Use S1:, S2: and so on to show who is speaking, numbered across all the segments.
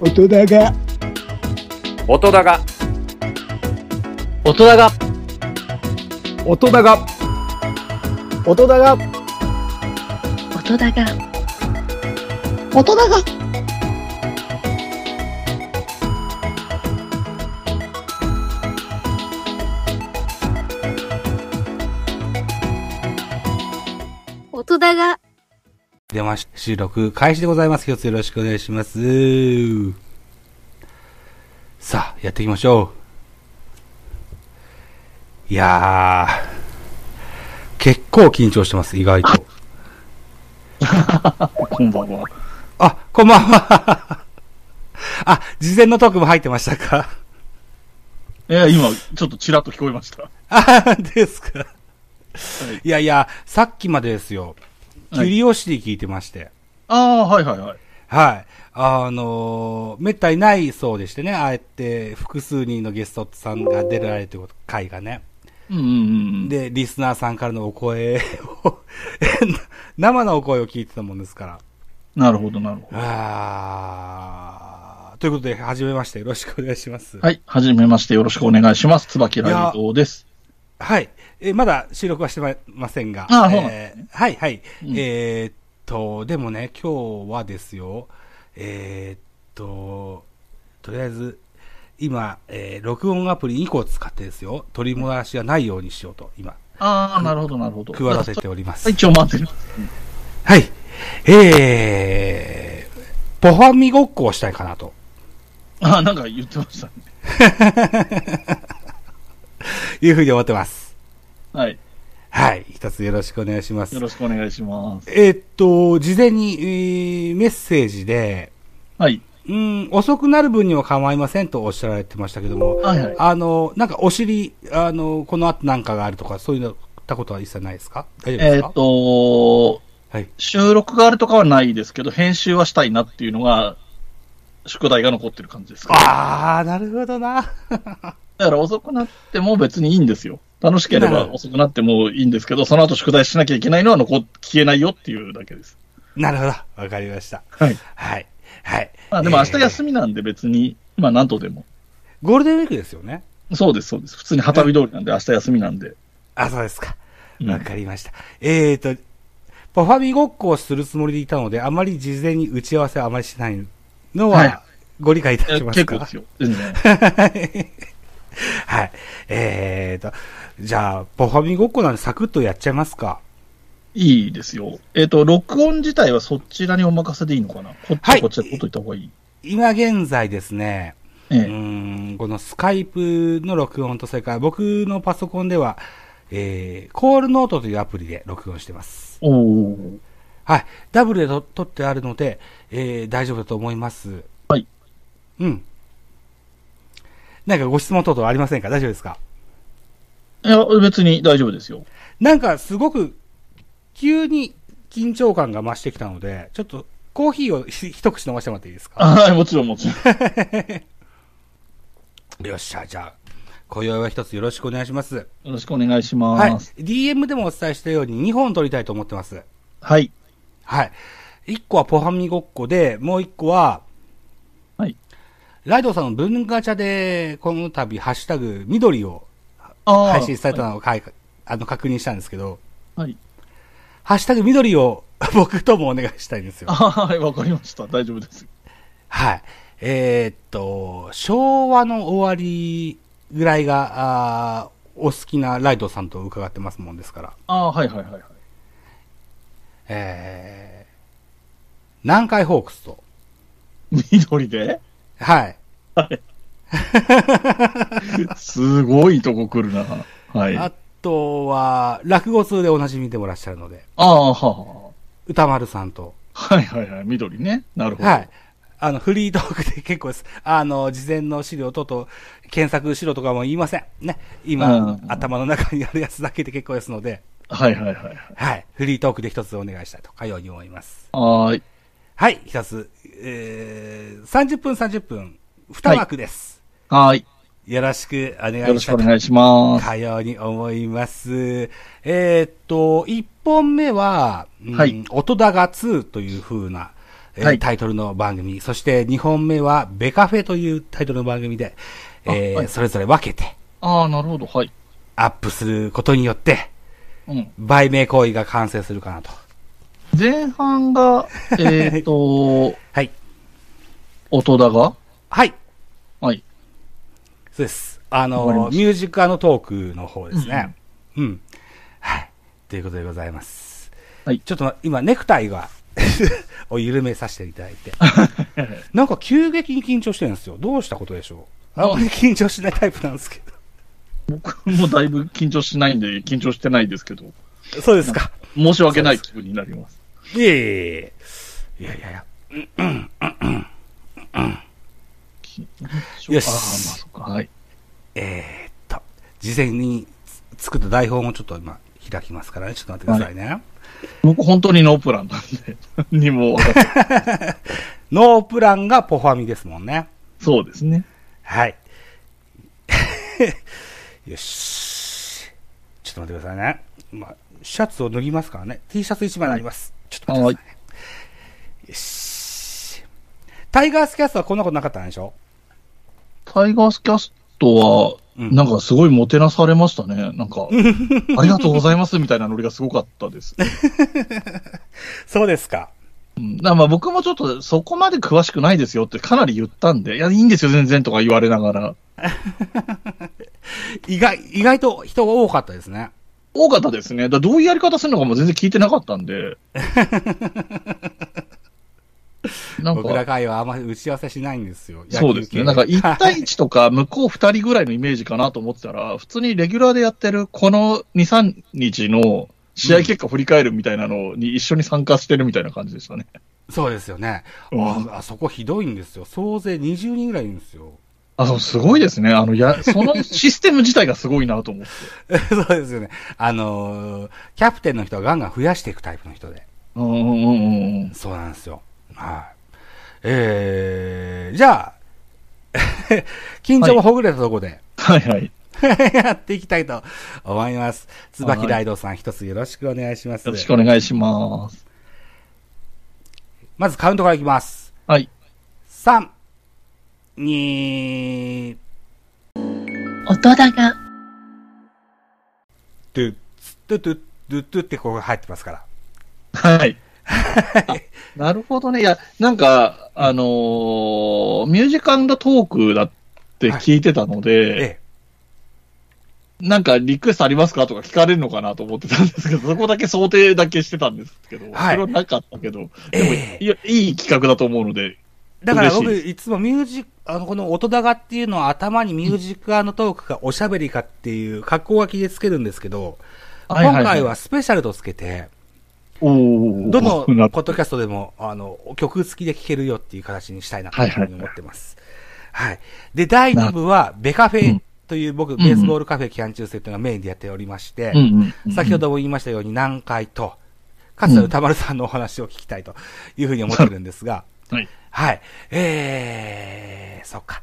S1: 大人が
S2: 音だが
S3: 大人が
S4: 音だが
S5: 音だが
S6: 音だが
S7: 大人が
S6: 音だが
S8: 出まし、収録開始でございます。一つよろしくお願いします。さあ、やっていきましょう。いやー、結構緊張してます、意外と。
S3: こんばんは。
S8: あ、こんばんは。あ、事前のトークも入ってましたか。
S3: えー、今、ちょっとちらっと聞こえました。
S8: あ、ですか。いやいや、さっきまでですよ。キュリオシティ聞いてまして。
S3: ああー、はいはいはい。
S8: はい。あのー、めったにないそうでしてね、ああやって複数人のゲストさんが出られるということ回がね。
S3: うんうんうん。
S8: で、リスナーさんからのお声を え、生のお声を聞いてたもんですから。
S3: なるほどなるほど。
S8: あーということで、始めまして、よろしくお願いします。
S3: はい、はじめましてよろしくお願いします。椿ライトです。
S8: はい。えーまだ収録はしてまませんが。
S3: あそうなん
S8: え
S3: で
S8: ーはい、はい。
S3: うん
S8: えーっと、でもね、今日はですよ、えーっと、とりあえず、今、えー録音アプリ2個を使ってですよ、取り戻しがないようにしようと、今、
S3: ああ、なるほどなるほど。
S8: 企てております。
S3: 一応待ってる。
S8: はい。えー、ポファミごっこをしたいかなと。
S3: ああ、なんか言ってましたね。
S8: いうふうに思ってます。
S3: はい、
S8: はい。一つよろしくお願いします
S3: よ。ろしくお願いします。
S8: えーっと、事前に、えーメッセージで、
S3: はい、
S8: うん、遅くなる分には構いませんとおっしゃられてましたけども、
S3: はいはい。
S8: あの、なんかお尻、あの、この後なんかがあるとか、そういうのったことは一切ないですか大丈夫です
S3: えー
S8: か
S3: っ、と、
S8: はい
S3: 収録があるとかはないですけど、編集はしたいなっていうのが、宿題が残ってる感じですか。
S8: あー、なるほどな。
S3: だから遅くなっても別にいいんですよ。楽しけれ
S8: なるほ
S3: ば
S8: ど
S3: 遅くなってもいいんですけど、その後宿題しなきゃいけないのは残っ消えないよっていうだけです。
S8: なるほど。わかりました。
S3: はい。
S8: はい。はい。
S3: まあでも明日休
S8: み、
S3: みなんで別に、まあ何とでも。
S8: ゴールデンウィークですよね。
S3: そうです、そうです。普通に旗日通りなんで明日休みなんで。
S8: あ、そうですか。
S3: うん
S8: わかりました。えーと、パファミごっこをするつもりでいたので、あまり事前に打ち合わせはあまりしないのは、
S3: はい
S8: ご理解いただ
S3: え
S8: けます
S3: 結
S8: か
S3: 構ですよ。全然。
S8: はい。えーと、じゃあ、パファミごっこなんでサクッとやっちゃいますか。
S3: いいですよ。えっ、と、録音自体はそちらにお任せでいいのかなこっち
S8: はい
S3: はこっちで取っといた方がいい。
S8: 今現在ですね、
S3: ええ
S8: うーんこのスカイプの録音と、それから僕のパソコンでは、えー、コールノートというアプリで録音してます。
S3: おお。
S8: はい。ダブルでと撮ってあるので、えー、大丈夫だと思います。
S3: はい。
S8: うん。なんかご質問等々ありませんか大丈夫ですか
S3: いや、別に大丈夫ですよ。
S8: なんかすごく、急に緊張感が増してきたので、ちょっとコーヒーをひ一口飲ませてもらっていいですか
S3: あはい、もちろんもちろん。
S8: よっしゃ、じゃあ、今宵は一つよろしくお願いします。
S3: よろしくお願いし
S8: はい。
S3: ます。
S8: DM でもお伝えしたように2本撮りたいと思ってます。
S3: はい。
S8: はい。1個はポハミごっこで、もう1個は、
S3: はい。
S8: ライドさんの文ガチャで、この度、ハッシュタグ、緑を
S3: あー
S8: 配信されたのを、はい、あの、確認したんですけど、
S3: はい。
S8: ハッシュタグ緑を 僕ともお願いしたいんですよ。
S3: あはい、わかりました。大丈夫です。
S8: はい。えーっと、昭和の終わりぐらいが、あーお好きなライドさんと伺ってますもんですから。
S3: あはいはいはいはい。
S8: えー、南海ホークスと。
S3: 緑で
S8: はい。
S3: すごいとこ来るな。はい。
S8: あ
S3: あ
S8: とは、落語通でおなじみでもらっしゃるので、
S3: あーは
S8: 歌丸さんと。
S3: あ。はいはいはい。緑ね。なるほど。
S8: はい。あの、フリートークで結構です。あの、事前の資料とと、検索しろとかも言いません。ね。
S3: うん
S8: 今
S3: う、ん
S8: 頭の中にあるやつだけで結構ですので、
S3: はいはいはいはい。
S8: はい。フリートークで一つお願いしたいとかように思います。
S3: はーい。
S8: はい。一つ、えー、30分30分、2枠です。
S3: はーい。
S8: よろしくお願い
S3: よろし
S8: し
S3: く
S8: ま
S3: お
S8: す。
S3: 願いします。
S8: かように思います。えーっと、1本目は、うん
S3: はい
S8: 音だが2という風な、えー
S3: はい
S8: タイトルの番組、そして2本目はベカフェというタイトルの番組で、えー
S3: あはい
S8: それぞれ分けて
S3: ああ、なるほど。はい。
S8: アップすることによって、
S3: うん。
S8: 売名行為が完成するかなと。
S3: 前 半が、えっ、ー、と、
S8: はい。
S3: 音だが
S8: はい。
S3: はい。
S8: そうです。あ
S3: わかりま
S8: の、
S3: した
S8: ミュージカのトークの方ですね。うん、はい。ということでございます。
S3: はい
S8: ちょっとま今、ネクタイが、 を緩めさせていただい て。なんか急激に緊張してるんですよ。どうしたことでしょうあんまり緊張しないタイプなんですけ
S3: もうだいぶ緊張しないんで、緊張してないですけど、
S8: ど。そうですか。
S3: 申し訳ない気分になります。
S8: いえいえいえ。いやいやいや。
S3: 緊
S8: う
S3: 張
S8: よし
S3: ああ、まあそっか。はい。
S8: えー、っと、事前に作った台本をちょっと今開きますからね。ちょっと待ってくださいね。
S3: 僕本当にノープランなんで、何 も分かってない
S8: ノープランがポファミですもんね。
S3: そうですね。
S8: はい。 よし。ちょっと待ってくださいね。まあ、シャツを脱ぎますからね。T シャツ1枚になります。ちょっと待ってくださいね。よし。タイガースキャストはこんなことなかったんでしょ
S3: タイガースキャストは、
S8: うん
S3: なんかすごいもてなされましたね。なん か、ありがとうございますみたいなノリがすごかったです。
S8: そうですか。
S3: うん、だからまあ僕もちょっとそこまで詳しくないですよってかなり言ったんで、いや、いいんですよ、全然とか言われながら。
S8: 意外、意外と人が多かったですね。
S3: 多かったですね。だからどういうやり方するのかも全然聞いてなかったん で。なん
S8: 僕ら
S3: か、
S8: 会はあんまり打ち合わせしないんですよ。
S3: そうですね。なんか
S8: 野球系
S3: 1対1とか向こう2人ぐらいのイメージかなと思ってたら、 普通にレギュラーでやってるこの2、3日の試合結果振り返るみたいなのに一緒に参加してるみたいな感じでしたね。
S8: そうですよね。
S3: うん
S8: ああそこひどいんですよ。総勢20人ぐらいいるんですよ。
S3: あ、そう、すごいですね。あの、や、 そのシステム自体がすごいなと思って。
S8: そうですよね。あのーキャプテンの人はガンガン増やしていくタイプの人で。
S3: うんうんうんうん。
S8: そうなんですよ。はい。えー、じゃあ、 緊張もほぐれたところで、
S3: はいはい。
S8: やっていきたいと思います。椿ライドさん、一つよろしくお願いします
S3: よろ。しくお願いします。
S8: まずカウントからいきます。
S3: はい。
S8: 3、2、
S6: 音だが、
S8: トゥッツ、トゥトゥッ、トゥトゥってここが入ってますから。
S3: はい。なるほどね。いや、なんか、あのーミュージカルトークだって聞いてたの
S8: え
S3: で、なんかリクエストありますかとか聞かれるのかなと思ってたんですけど、そこだけ想定だけしてたんですけど、
S8: はい
S3: それはなかったけど、
S8: え。ええ
S3: いやいい企画だと思うので、
S8: だから
S3: 嬉
S8: 僕、
S3: し
S8: いつもミュージック、あの、この音高っていうのは頭にミュージックのトークかおしゃべりかっていう格好書きでつけるんですけど、
S3: はいはいはい
S8: 今回はスペシャルとつけて、
S3: おー
S8: どのポ
S3: なる
S8: ッドキャストでも、あの、曲付きで聴けるよっていう形にしたいなというふうに思ってます。はい。で、第2部は、ベカフ
S3: う
S8: ェ
S3: ん
S8: という僕、
S3: ん
S8: ベースボールカフェ期間中制というのがメインでやっておりまして、
S3: うんうんうん
S8: 先ほども言いましたように南海と、かつて歌丸さんのお話を聞きたいというふうに思ってるんですが、
S3: はい。
S8: はい。えー、そっか。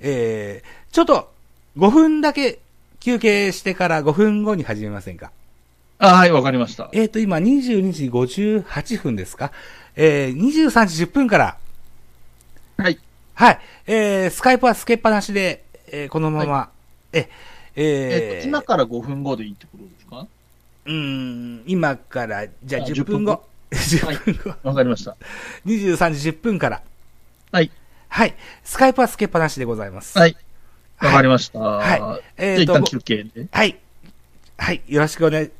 S8: えー、ちょっと、5分だけ休憩してから5分後に始めませんか。
S3: あはい、わかりました。
S8: えーと、今22時58分ですか。えー、23時10分から、
S3: はい。
S8: はい。えー、スカイプはつけっぱなしで、えー、このまま、え、
S3: え
S8: え
S3: っ
S8: ー、
S3: と今から5分後でいいってことですか
S8: うーん、今から、じゃあ
S3: あ
S8: 10分後。10分後。
S3: わかりました。
S8: 23時10分から。
S3: はい。
S8: はい。スカイプはつけっぱなしでございます。
S3: はい。わかりました。
S8: はいえー
S3: じ
S8: と
S3: ゃあ一旦休憩で。
S8: はい。はい。よろしくお願い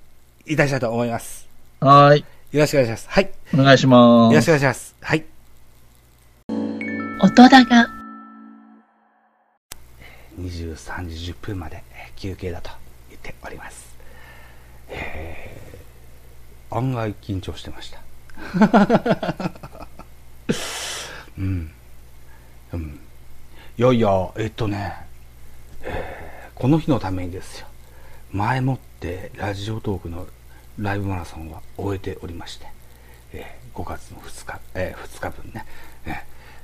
S8: いたしたいと思います。
S3: はい。
S8: よろしくお願いします。はい。
S3: お願いしま
S8: よろし
S3: す
S8: く。お願いします。はい。
S6: 音だが、
S8: 23時10分までえー休憩だと言っております。えー案外緊張してました。 うん。うん。いやいや、えっとね、えーこの日のためにですよ。前もってラジオトークのライブマラソンは終えておりまして、えー5月の2日、え2日分ね、えー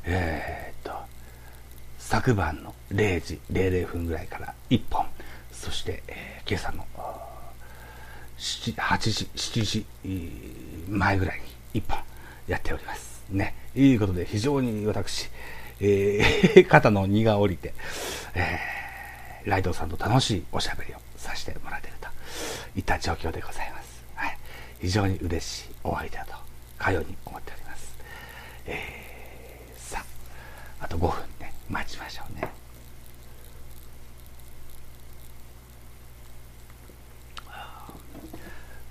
S8: えーっと、昨晩の0時00分ぐらいから1本そして、えー今朝のあー7 8時7時えー前ぐらいに1本やっておりますね、いうことで、非常に私、えー 肩の荷が下りて、えーライドさんと楽しいおしゃべりをさせてもらっているといった状況でございます。はい、非常に嬉しいお相手だと、かように思っております。えーさあ、あと5分ね、待ちましょうね。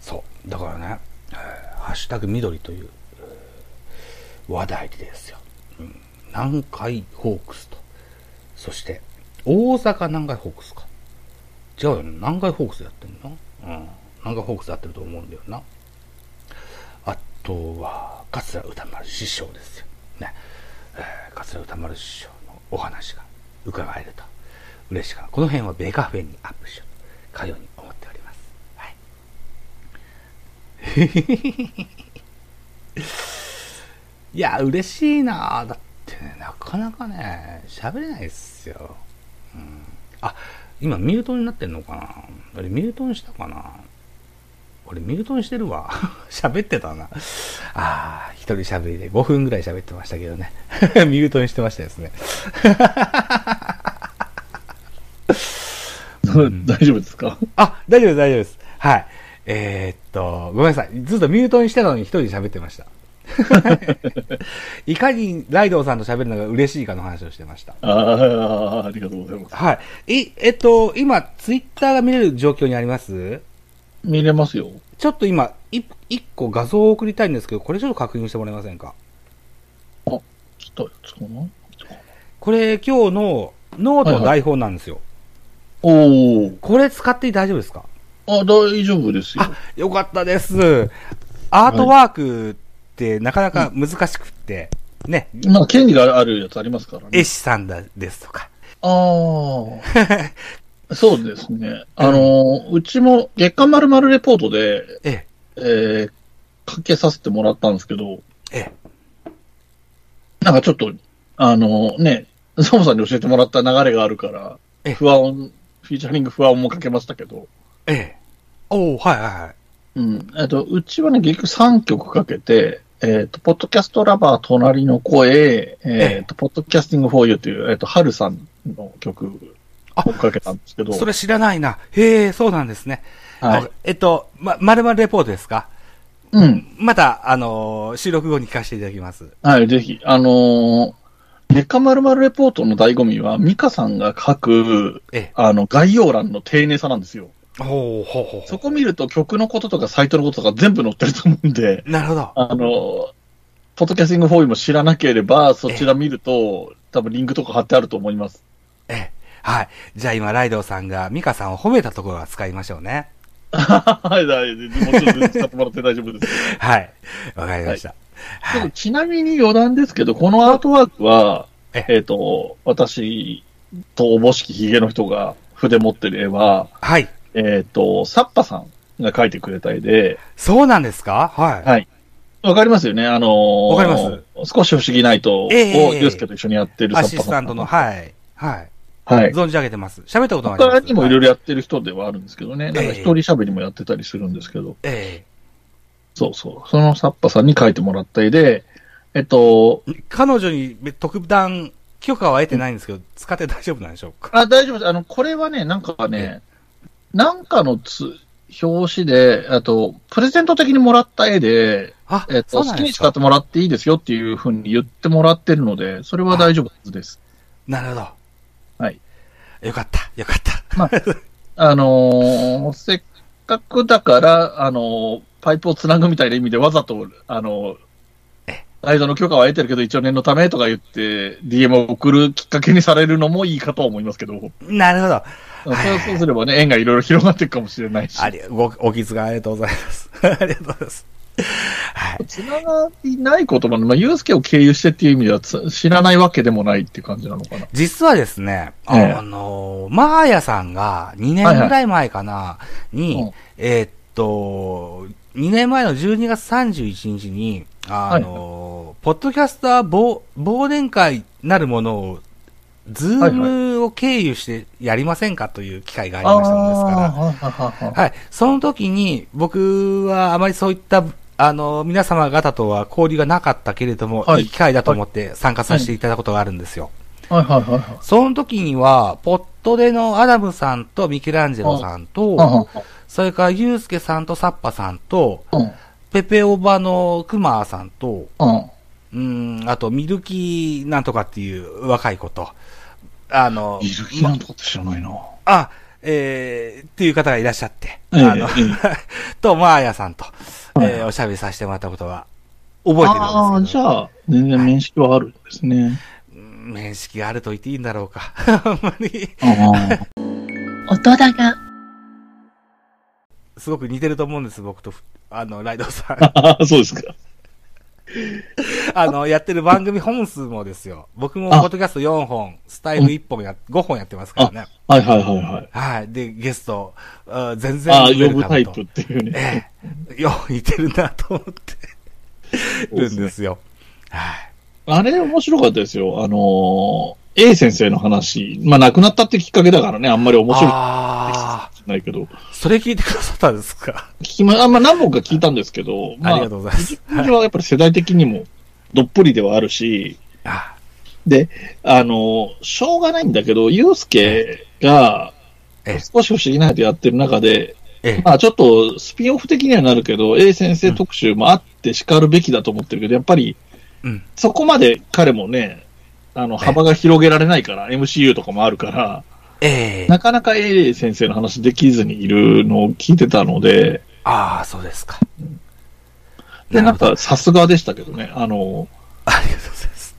S8: そう、だからね、えーハッシュタグ緑という、えー話題ですよ。うん南海ホークスと、そして、大阪南海ホークスか。違うよね。南海ホークスやってるな。うん。南海ホークスやってると思うんだよな。あとは、桂歌丸師匠ですよ。ね。えー桂歌丸師匠のお話が伺えると嬉しいかな。この辺はベカフェにアップしようと、かように思っております。はい。いや、嬉しいなだってね、なかなかね、喋れないっすよ。うん、あ、今、ミュートになってんのかな俺、ミュートにしたかな俺、ミュートにしてるわ。 喋ってたな。あー、一人喋りで5分ぐらい喋ってましたけどね。 ミュートにしてましたですね。
S3: 大丈夫ですか
S8: あ、大丈夫です、大丈夫です。はい。えーっと、ごめんなさい。ずっとミュートにしてたのに一人で喋ってました。 いかにライドウさんと喋るのが嬉しいかの話をしてました。
S3: ああ、ありがとうございます。
S8: はい。い、えっと、今、ツイッターが見れる状況にあります
S3: 見れますよ。
S8: ちょっと今、い一個画像を送りたいんですけど、これちょっと確認してもらえませんか
S3: 来たやつかな
S8: これ今日のノートの台本なんですよ。
S3: おお。
S8: これ使って大丈夫ですか
S3: あ、大丈夫ですよ。
S8: あ、よかったです。アートワークってなかなか難しくって、ね、
S3: まあ、権利があるやつありますから
S8: 絵
S3: ね。
S8: 師さんだですとか。
S3: ああ。そうですね。あのー、うちも月刊まるまるレポートで、
S8: ええ、
S3: えー、かけさせてもらったんですけど、
S8: ええ、
S3: なんかちょっと、あのー、ね、サモさんに教えてもらった流れがあるから
S8: ええ、
S3: 不安、フィーチャリング不安もかけましたけど、
S8: ええ。おおはいはいはい。
S3: うん。えっと、うちはね、結局3曲かけて、えっ、と、ポッドキャストラバー隣の声、えっ、と、ポッドキャスティングフォーユーという、えっ、と、ハルさんの曲
S8: あ
S3: をかけたんですけど、
S8: それ知らないな。へえ、そうなんですね。
S3: は
S8: あ
S3: い。
S8: えっと、ま、まるまるレポートですか
S3: うん。
S8: また、あのー収録後に聞かせていただきます。
S3: はい、ぜひ。あのー、ネカまるまるレポートの醍醐味は、ミカさんが書く、
S8: ええ。
S3: あの、概要欄の丁寧さなんですよ。
S8: ほうほうほう
S3: そこ見ると曲のこととかサイトのこととか全部載ってると思うんで、
S8: なるほど。
S3: あの、ポッドキャスティングフォームも知らなければ、そちら見ると、多分リンクとか貼ってあると思います。
S8: ええ。はい。じゃあ今、ライドウさんがミカさんを褒めたところは使いましょうね。
S3: はい、はい、もちろん使ってもらって大丈夫です。
S8: はい。わかりました。
S3: ちょっとちなみに余談ですけど、このアートワークは、
S8: え
S3: えっ、と、私とおぼしきひげの人が筆持ってる絵は、
S8: はい。
S3: えっ、と、サッパさんが描いてくれた絵で、
S8: そうなんですかはい。
S3: はいわかりますよねあのー。
S8: わかります
S3: 少し不思議ないと、を、
S8: ええ
S3: ゆうすけと一緒にやってるサ
S8: ア
S3: ッパさん。
S8: シスタントの、はい。はい。
S3: はい。
S8: 存じ上げてます。喋ったこともあります。
S3: 他にもいろい
S8: ろ。
S3: ろやってる人ではあるんですけどね。なんか一人喋りもやってたりするんですけど。
S8: え
S3: そうそう。そのサッパさんに書いてもらった絵で、えっと、
S8: え彼女に特段許可は得てないんですけど、使って大丈夫なんでしょうか
S3: あ、大丈夫です。あの、これはね、なんかね、なんかのつ、表紙で、あと、プレゼント的にもらった絵で、
S8: あ、
S3: えっ
S8: そ
S3: と、
S8: うな
S3: 好
S8: ん
S3: き
S8: で
S3: に
S8: す
S3: 使っ
S8: か
S3: てもらっていいですよっていうふうに言ってもらってるので、それは大丈夫なはずです。
S8: なるほど。
S3: はい。
S8: よかった、よかった。
S3: あのーせっかくだから、あのーパイプをつなぐみたいな意味でわざと、あのー
S8: え
S3: 間の許可は得てるけど、一応念のためとか言って、DM を送るきっかけにされるのもいいかとは思いますけど、
S8: なるほど。
S3: そうそうすればね、縁がいろいろ広がっていくかもしれないし、
S8: あり、ご、お気遣いありがとうございます。 ありがとうございます。はい。
S3: つながりないことも、まあ、ユースケを経由してっていう意味ではつ知らないわけでもないっていう感じなのかな。
S8: 実はですね、あ
S3: ええ
S8: の、マーヤさんが2年ぐらい前かな、
S3: うん
S8: に、えーっと、2年前の12月31日に、あの、ポッドキャスター忘忘年会なるものを、ズームを経由してやりませんかという機会がありましたもんですから、
S3: あー、はいはいはいはい
S8: はい。その時に、僕はあまりそういったあの、皆様方とは交流がなかったけれども、
S3: はい
S8: いい機会だと思って参加させていただくことがあるんですよ。
S3: はいはいはいはい。
S8: その時には、ポットでのアダムさんとミケランジェロさんと、
S3: あ
S8: それからユースケさんとサッパさんと、
S3: あ、うん、
S8: ペペオバのクマーさんと、
S3: うん。
S8: うん、あとミルキーなんとかっていう若い子と、あの、
S3: いる気なんとかって知らないな。
S8: あ、えー、っていう方がいらっしゃって、
S3: ええ
S8: あの
S3: え、
S8: と、マーヤさんと、
S3: はい
S8: えーおしゃべりさせてもらったことは、覚えてるんですけど。
S3: ああ、じゃあ、全然面識はあるんですね。
S8: うん面識があると言っていいんだろうか。 あんまり、
S3: あ
S6: 音だが、
S8: すごく似てると思うんです、僕とふ、あの、ライドさん。
S3: あ、そうですか。
S8: あの、やってる番組本数もですよ。僕も、ポ
S3: あ
S8: ッドキャスト4本、スタイル1本や、5本やってますからね。
S3: はいはいはいはい。
S8: はい。で、ゲスト、あ全然
S3: ああ、
S8: ウェルカ
S3: 呼
S8: ムと、
S3: ぶタイプっていうね。
S8: ええ。よう似てるなと思ってるんですよ。はい。
S3: あれ面白かったですよ。あのー、A 先生の話。まあ、亡くなったってきっかけだからね、あんまり面白
S8: あ
S3: くないけど。
S8: あ、それ聞いてくださったんですか。
S3: 聞きま、あんま何本か聞いたんですけど、ま
S8: あ、
S3: あ、
S8: りがとうございます。
S3: 藤井はやっぱり世代的にもどっぷりではあるし、
S8: あ
S3: で、あの、しょうがないんだけど、ユうスケが
S8: ええ
S3: 少し不思議なことやってる中で、
S8: ええ。
S3: まあちょっとスピンオフ的にはなるけど、A 先生特集もあって叱るべきだと思ってるけど、やっぱり
S8: うん。
S3: そこまで彼もね、あの、幅が広げられないから、MCU とかもあるから、
S8: ええ。
S3: なかなか A 先生の話できずにいるのを聞いてたので、
S8: ああ、そうですか。
S3: で、
S8: な
S3: な
S8: る
S3: ん
S8: ほど
S3: かさすがでしたけどね、あの、
S8: ありがとうございます。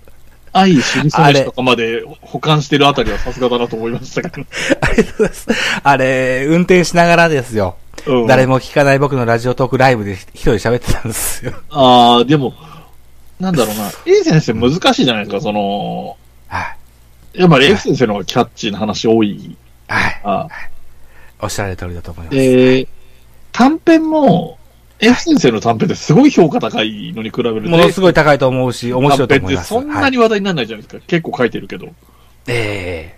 S3: 愛知りそうとかまで保管してるあたりはさすがだなと思いましたけ
S8: ありがとうございます。あれ、運転しながらですよ。
S3: ど。うん
S8: 誰も聞かない僕のラジオトークライブで一人喋ってたんですよ。
S3: ああ、でも、なんだろうな。A 先生難しいじゃないですか、その、
S8: はい。
S3: やっぱり F 先生の方がキャッチーな話多い
S8: はい。
S3: か
S8: おっしゃられる通りだと思いま
S3: ら。
S8: す。
S3: で、短編も、F 先生の短編ってすごい評価高いのに比べると、
S8: ものすごい高いと思うし、面白いと
S3: 短編
S8: 思い
S3: って
S8: ます。
S3: そんなに話題にならないじゃないですか。結構書いてるけど。
S8: はいえ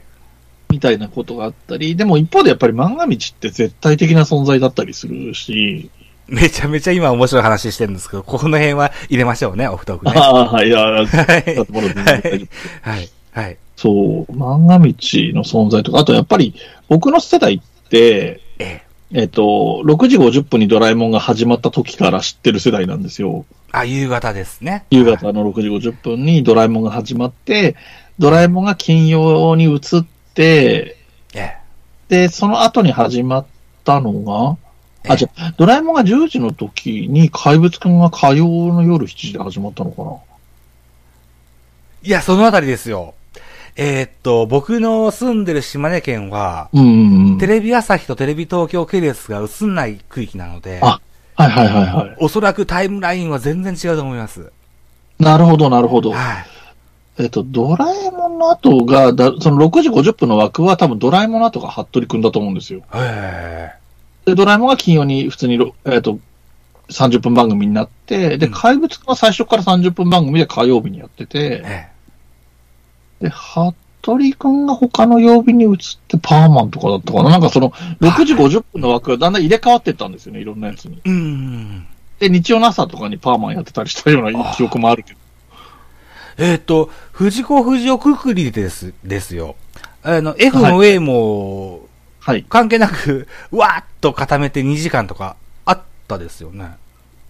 S3: みたいなことがあったり、でも一方でやっぱり漫画道って絶対的な存在だったりするし、
S8: えめちゃめちゃ今面白い話してるんですけど、ここの辺は入れましょうね、オフトークね。は
S3: ああ、はい、い や、
S8: い。
S3: だってまだ全然大丈夫
S8: はい。はい。
S3: そう、漫画道の存在とか、あとやっぱり僕の世代って、
S8: ええ。
S3: えっと、6時50分にドラえもんが始まった時から知ってる世代なんですよ。
S8: あ、夕方ですね。
S3: 夕方の6時50分にドラえもんが始まって、ドラえもんが金曜に移って、
S8: え
S3: で、その後に始まったのが、
S8: え
S3: あ、じゃあドラえもんが10時の時に怪物くんが火曜の夜7時で始まったのかな
S8: え。いや、そのあたりですよ。えーっと、僕の住んでる島根県は、
S3: うんうんうん。
S8: テレビ朝日とテレビ東京系列が映んない区域なので、
S3: あはいはいはいは
S8: おそらくタイムラインは全然違うと思います。
S3: い。なるほどなるほど。
S8: はい。
S3: えっと、ドラえもんの後が、だその6時50分の枠は多分ドラえもんの後が服部くんだと思うんですよ。
S8: へ
S3: で、ドラえもんが金曜に普通にろ、えっと、30分番組になって、で、
S8: うん
S3: 怪物くんは最初から30分番組で火曜日にやって
S8: え。
S3: て、
S8: え
S3: で、服部くんが他の曜日に移ってパーマンとかだったかななんかその、6時50分の枠がだんだん入れ替わってったんですよね、いろんなやつに。
S8: え。うん。
S3: で、日曜の朝とかにパーマンやってたりしたような記憶もあるけど。
S8: えーっと、藤子不二雄くくりです、ですよ。あの、F
S3: はい
S8: も A も、
S3: はい。
S8: 関係なく、 わーっと固めて2時間とかあったですよね。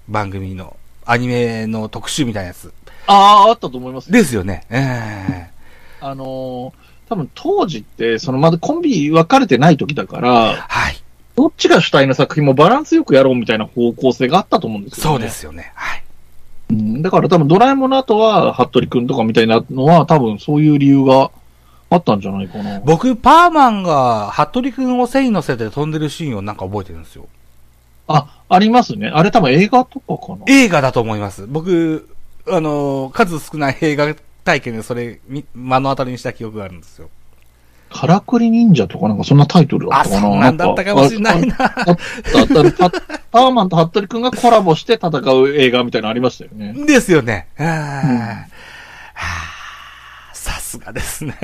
S8: 番組の、アニメの特集みたいなやつ。
S3: ああ、あったと思います。
S8: ですよね。え
S3: あのー多分当時って、そのまだコンビ分かれてない時だから
S8: え、はい。
S3: どっちが主体の作品もバランスよくやろうみたいな方向性があったと思うんですよ、ね。
S8: そうで。すよね。はい。
S3: ん、だから多分ドラえもんの後は、服部くんとかみたいなのは、多分そういう理由があったんじゃないかな。
S8: 僕、パーマンが、服部くんを背に乗せて飛んでるシーンをなんか覚えてるんですよ。
S3: あ、ありますね。あれ多分映画とかかな。
S8: 映画だと思います。僕、あのー数少ない映画体験でそれ、み目の当たりにした記憶があるんですよ。
S3: からくり忍者とかなんかそんなタイトルだ
S8: あ、
S3: ったか
S8: そ
S3: な。
S8: んなんだったかもしれない
S3: んか。
S8: な。
S3: あああったあ ったパパーマンと服部くんがコラボして戦う映画みたいなのありましたよね。
S8: ですよね。あー
S3: うん
S8: はあさすがです ね。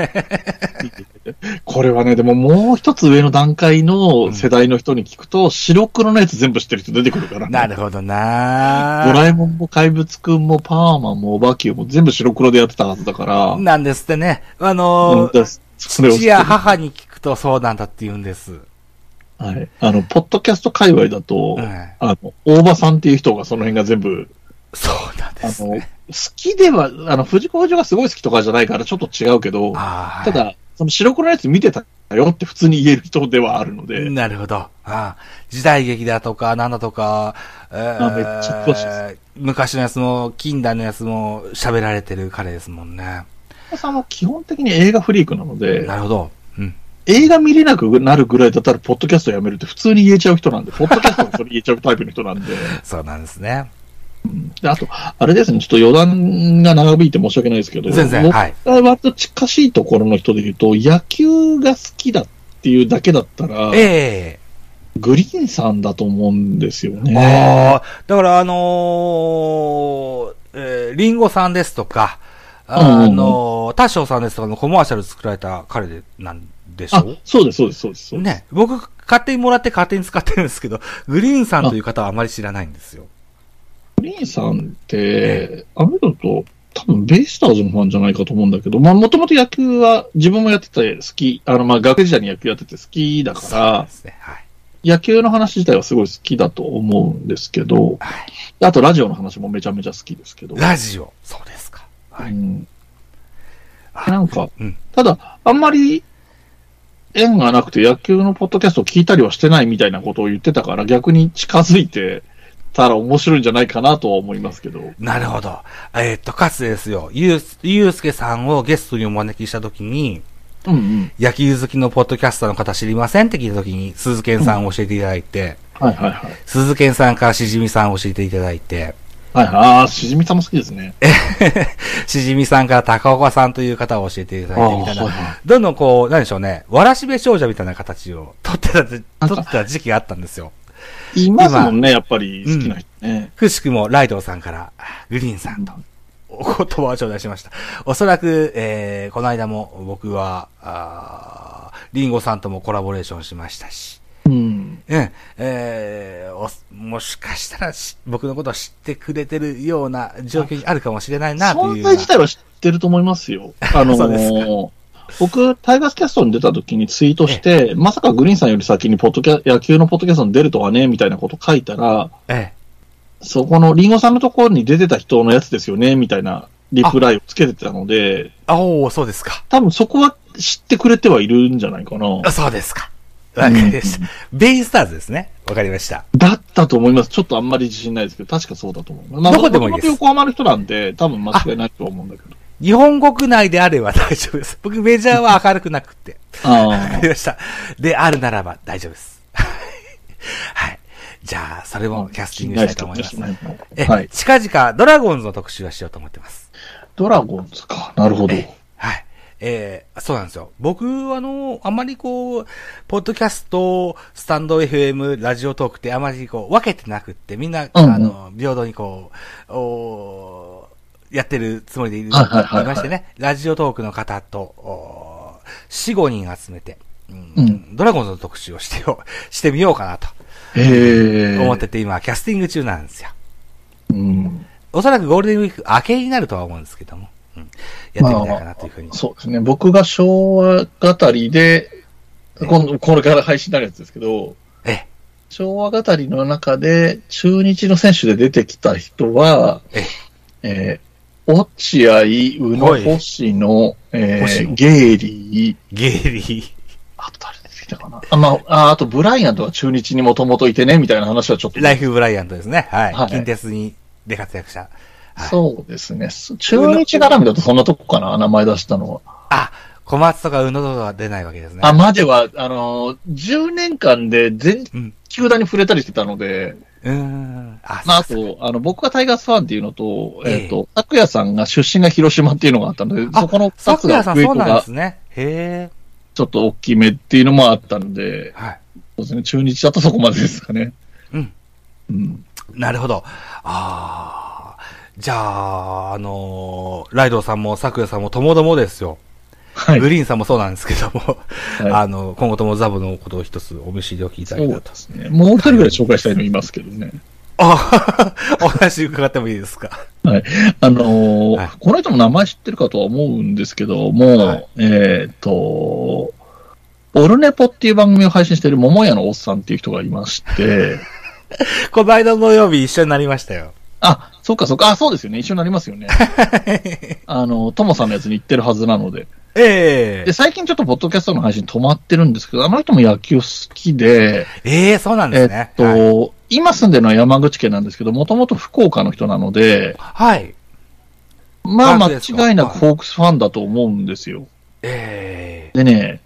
S3: これはね、でももう一つ上の段階の世代の人に聞くと、白黒のやつ全部知ってる人出てくるからね。
S8: なるほど
S3: ド
S8: な
S3: ラえもんも怪物くんもパーマンもオバキューも全部白黒でやってたはずだから、
S8: なんですってね。あ
S3: うん
S8: のー、
S3: だそれを知
S8: 父
S3: ってる
S8: や母に聞くとそうなんだって言うんです。
S3: はい。あの、ポッドキャスト界隈だと、
S8: うん
S3: あの、大場さんっていう人がその辺が全部、
S8: そうなん
S3: あ
S8: です
S3: の、好
S8: ね。
S3: きでは、あの、藤子不二雄がすごい好きとかじゃないからちょっと違うけど、
S8: あ
S3: た
S8: ー
S3: だ、その白黒のやつ見てたよって普通に言える人ではあるので、
S8: なるほど。ああ時代劇だとか、なんだとか、えー
S3: めっちゃ詳しいで
S8: 昔のやつも、近代のやつも喋られてる彼ですもんね。
S3: お子さんは基本的に映画フリークなので、
S8: なるほど。うん。
S3: 映画見れなくなるぐらいだったら、ポッドキャストやめるって普通に言えちゃう人 なんで、ポッドキャストもそれ言えちゃうタイプの人なんで、
S8: そうなんですね。
S3: であと、あれですね、ちょっと余談が長引いて申し訳ないですけど、
S8: 全然。
S3: 僕
S8: はい。
S3: が割と近しいところの人で言うと、野球が好きだっていうだけだったら、
S8: え
S3: グリーンさんだと思うんですよ
S8: え
S3: ね。
S8: ああ、だからあのー、えーリンゴさんですとか、あのー、タショさんですとかのコマーシャル作られた彼で、なんでしょ
S3: あ
S8: う、
S3: そうです、そうです、そうです。そうです
S8: ね、僕、勝手にもらって勝手に使ってるんですけど、グリーンさんという方はあまり知らないんですよ。
S3: グリーンさんって、あの人と、多分ベイスターズのファンじゃないかと思うんだけど、まあ、もともと野球は自分もやってて好き、あの、まあ、学生時代に野球やってて好きだ
S8: そう
S3: か
S8: なん
S3: ら
S8: で、すね。はい。
S3: 野球の話自体はすごい好きだと思うんですけど、
S8: はい
S3: あとラジオの話もめちゃめちゃ好きですけど、
S8: ラジオ。そうですか。は
S3: う
S8: い。
S3: んなんか、
S8: うん
S3: ただ、あんまり縁がなくて野球のポッドキャストを聞いたりはしてないみたいなことを言ってたから、逆に近づいてたら面白いんじゃないかなとは思いますけど。
S8: なるほど。えーっと、かつてですよ、ゆう、ゆうすけさんをゲストにお招きしたときに、
S3: うんうん。
S8: 野球好きのポッドキャスターの方知りませんって聞いたときに、鈴賢さんを教えていただいて、
S3: はいはいはい。
S8: 鈴賢さんからしじみさんを教えていただいて、
S3: はいはい。ああ、しじみさんも好きですね。
S8: しじみさんから高岡さんという方を教えていただいてみたい
S3: あー
S8: な
S3: はいは、
S8: どんどんこう、なんでしょうね、わらしべ少女みたいな形を取 ってた、取
S3: なんか
S8: ってた時期があったんですよ。
S3: いますもんね、やっぱり好きな人ね。
S8: くしくもライドウさんから、グリーンさんと、お言葉を頂戴しました。おそらく、えー、この間も僕は、あーリンゴさんともコラボレーションしましたし、
S3: うん。
S8: うん、えーお、もしかしたらし僕のことを知ってくれてるような状況にあるかもしれないな、という
S3: 存
S8: よう
S3: 在
S8: な。
S3: 自体は知ってると思いま すよ。あのー
S8: そうです
S3: 僕、タイガースキャストに出た時にツイートして、まさかグリーンさんより先にポッドキャ野球のポッドキャストに出るとはね、みたいなこと書いたら、
S8: え
S3: そこのリンゴさんのところに出てた人のやつですよね、みたいなリプライをつけてたので、
S8: え、おおそうですか。
S3: 多分そこは知ってくれてはいるんじゃないかな。
S8: あそうですか。わかりました。ベイスターズですね。わかりました。
S3: だったと思います。ちょっとあんまり自信ないですけど、確かそうだと思います。まあ
S8: どこでもいいです
S3: 僕横浜の人なんで、多分間違いないと思うんだけど。
S8: 日本国内であれば大丈夫です。 僕メジャーは明るくなくって。わ
S3: あ
S8: かりました。で、あるならば大丈夫です。 はい。じゃあ、それ
S3: あ。
S8: もキャスティングしたいと思います。え、
S3: はい。
S8: 近々ドラゴンズの特集はしようと思ってます。
S3: ドラゴンズか。なるほど。
S8: はい。えーそうなんですよ。僕、あの、あまりこう、ポッドキャスト、スタンド FM、ラジオトークってあまりこう、分けてなくって、みんな、
S3: うんうん
S8: あの、平等にこう、おーやってるつもりでいる、
S3: はいはいはいはい
S8: ましてね、ラジオトークの方と、お4、5人集めて、うん
S3: うん
S8: ドラゴンズの特集をしてよ、してみようかなと
S3: へえ。
S8: 思ってて、今、キャスティング中なんですよ。
S3: うん。
S8: おそらくゴールデンウィーク明けになるとは思うんですけども、うん、やってみたいかなというふうに。
S3: そうですね。僕が昭和語りで、今度、これから配信になるやつですけど、
S8: ええ
S3: 昭和語りの中で、中日の選手で出てきた人は
S8: え、
S3: えー、落合、宇
S8: は
S3: 野、
S8: い
S3: 星野、え
S8: 星
S3: ー、
S8: 野
S3: ゲイリー、
S8: ゲイリー。
S3: あと誰出てきたかなあ、まあ、ああとブライアントは中日にもともといてね、みたいな話はちょっと。
S8: ライフ・ブライアントですね。はい。
S3: はい
S8: 近鉄に、で活躍した。はい
S3: そうですね。す中日絡みだとそんなとこかな、名前出したのは。
S8: あ、小松とか宇野とかは出ないわけですね。
S3: あ、までは、あのー、10年間で全
S8: うん、
S3: 球団に触れたりしてたので、
S8: うーん。あ、
S3: まあ、あ
S8: そう
S3: と、あの、僕がタイガースファンっていうのと、
S8: ええ
S3: えっ、と、拓也さんが出身が広島っていうのがあったので、
S8: あ
S3: そこの
S8: そうさ
S3: 2つ
S8: くら
S3: が
S8: さん
S3: 上
S8: そ
S3: 子
S8: うなんで
S3: が
S8: すね。へ
S3: ちょっと大きめっていうのもあったので
S8: え。、はい。
S3: そうですね、中日だとそこまでですかね。
S8: うん。
S3: うん。
S8: なるほど。ああ。じゃあ、あのーライドウさんもさくらさんもともどもですよ。
S3: はい
S8: グ。リーンさんもそうなんですけども、
S3: はい
S8: あの、今後ともザボのことを一つお見知りおきいただ
S3: そ
S8: けた
S3: うで
S8: と。
S3: すね。もう一人ぐらい紹介したいのいますけどね。
S8: あお話伺ってもいいですか。
S3: はい。あのー
S8: はい
S3: この人も名前知ってるかとは思うんですけども、
S8: はい
S3: えっ、と、オルネポっていう番組を配信してる桃屋のおっさんっていう人がい まして、
S8: この間の土曜日一緒になりましたよ。
S3: あ、そっかそっか、あ、そうですよね。一緒になりますよね。あの、ともさんのやつに行ってるはずなので。
S8: ええ
S3: で、最近ちょっとポッドキャストの配信止まってるんですけど、あの人も野球好きで、
S8: ええそうなん
S3: え
S8: で
S3: っ
S8: すね。
S3: と、今住んでるのは山口県なんですけど、もともと福岡の人なので、
S8: はい。はい、
S3: まあ
S8: ファンですか
S3: 間違いなくホークスファンだと思うんですよ。
S8: ええ
S3: でね、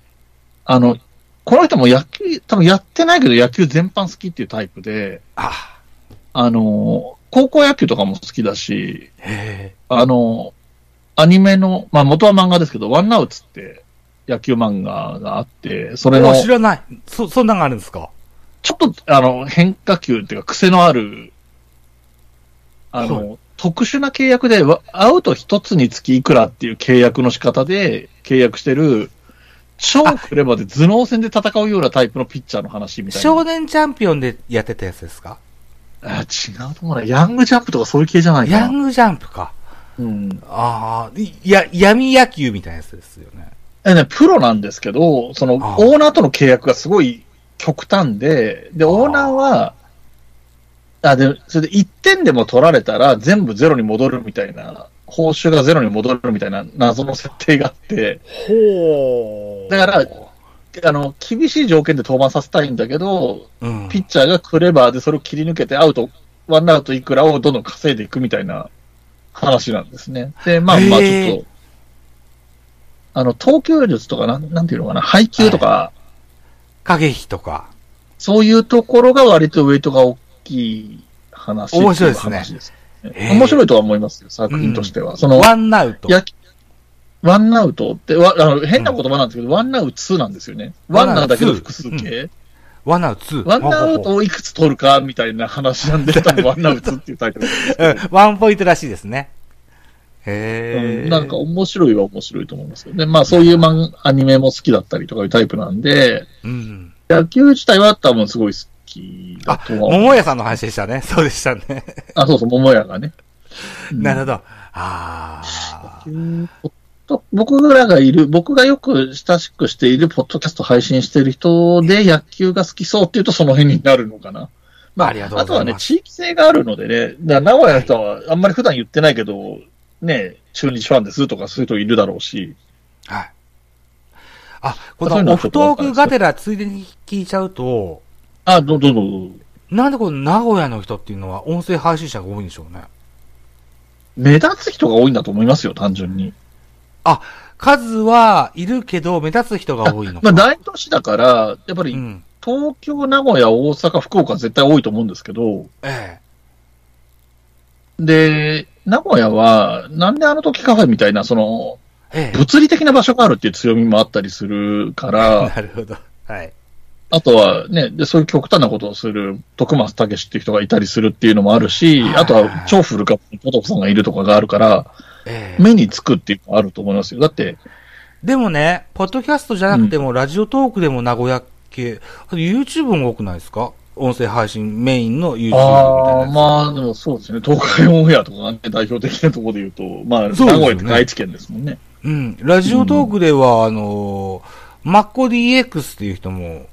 S3: あの、この人も野球、多分やってないけど野球全般好きっていうタイプで、
S8: あ、
S3: あの、高校野球とかも好きだし、
S8: え
S3: あの、アニメの、まあ元は漫画ですけど、ワンナウツって野球漫画があって、そ
S8: え
S3: れ
S8: も
S3: の、
S8: う
S3: ち
S8: 知らない。そ、そんなんがあるんですか
S3: ょっとあの変化球っていうか癖のある、あの、特殊な契約で、わアウト一つにつきいくらっていう契約の仕方で契約してる、超クレバーで頭脳戦で戦うようなタイプのピッチャーの話みたいな。
S8: 少年チャンピオンでやってたやつですか
S3: あ違うと思うな。ヤングジャンプとかそういう系じゃない
S8: ヤ
S3: かな。
S8: ングジャンプか。
S3: うん。
S8: ああ、いや、闇野球みたいなやつですよね。
S3: えね、プロなんですけど、その、
S8: ああ
S3: オーナーとの契約がすごい極端で、で、オーナーは、あ、で、それで1点でも取られたら全部ゼロに戻るみたいな、報酬がゼロに戻るみたいな謎の設定があって、
S8: ほ
S3: だから、あの、厳しい条件で登板させたいんだけど、
S8: うん。
S3: ピッチャーがクレバーでそれを切り抜けてアウト、ワンアウトいくらをどんどん稼いでいくみたいな話なんですね。で、まあ
S8: へー
S3: まあちょっと、あの、投球術とかなん、なんていうのかな、配球とか、
S8: 影比とか。
S3: そういうところが割とウェイトが大きい話
S8: 面白いですね
S3: ってう話です
S8: へ
S3: ね
S8: ー
S3: 面白いとは思いますよ、作品としては。その、
S8: ワンナウト。
S3: やワンアウトって、わあの変な言葉なんですけど、ワンアウト2なんですよね。ワンなんだけど複数
S8: ワンアウトツ
S3: 形。
S8: ワンナウト2。
S3: ワンア
S8: ほう
S3: ウ
S8: ほう
S3: トをいくつ取るかみたいな話なんで、多分ワンアウトっていうタイトルなんですけ
S8: ほ
S3: ど
S8: う。うんワンポイントらしいですね。へえ。
S3: うんなんか、面白いは面白いと思いますよね。まあそういうマンアニメも好きだったりとかいうタイプなんで、
S8: うん。
S3: 野球自体は多分すごい好きだ
S8: あ、
S3: とは思う。
S8: 桃屋さんの話でしたね。そうでしたね。
S3: あ、そうそう、桃屋がね。
S8: なる
S3: ほ
S8: ほど。ああ。
S3: ど。僕らがいる、僕がよく親しくしているポッドキャスト配信してる人で野球が好きそうっていうとその辺になるのかな。まあ、
S8: ありがとうご
S3: あと
S8: ざ
S3: はいね、
S8: ます。
S3: 地域性があるのでね、だから名古屋の人はあんまり普段言ってないけど、ね、中日ファンですとかそういう人いるだろうし、
S8: はい。あ、こ
S3: そういう
S8: の
S3: の
S8: オ
S3: はちょ
S8: フ
S3: っと
S8: ト
S3: わ
S8: ー
S3: かん
S8: ク
S3: ないですけど
S8: がてらついでに聞いちゃうと、
S3: あ、どうぞどうぞどうぞ。
S8: なんでこの名古屋の人っていうのは音声配信者が多いんでしょうね。
S3: 目立つ人が多いんだと思いますよ、単純に。
S8: 数はいるけど、目立つ人が多いのか。
S3: まあ、大都市だから、やっぱ
S8: う
S3: り
S8: ん。
S3: 東京、名古屋、大阪、福岡は絶対多いと思うんですけど、
S8: え
S3: で、名古屋は、なんであの時カフェみたいな、その、
S8: え。ええ。
S3: 物理的な場所があるっていう強みもあったりするから、
S8: なるほど。はい。
S3: あとはね、で、そういう極端なことをする、徳松武史っていう人がいたりするっていうのもあるし
S8: はい、
S3: あとは超古株のポトフさんがいるとかがあるから、
S8: ええ。
S3: 目につくっていうのがあると思いますよ。だって、
S8: でもね、ポッドキャストじゃなくても、ラジオトークでも名古屋系、あと YouTube も多くないですか音声配信メインの YouTube みたいな
S3: あ
S8: や
S3: あ、
S8: つ。
S3: まあ、でもそうですね。東海オンエアとかがね、代表的なところで言うと、まあ、名
S8: そうですよね
S3: 古屋って愛知県ですもんね。
S8: うん。ラジオトークでは、あのー、マッコ DX っていう人も、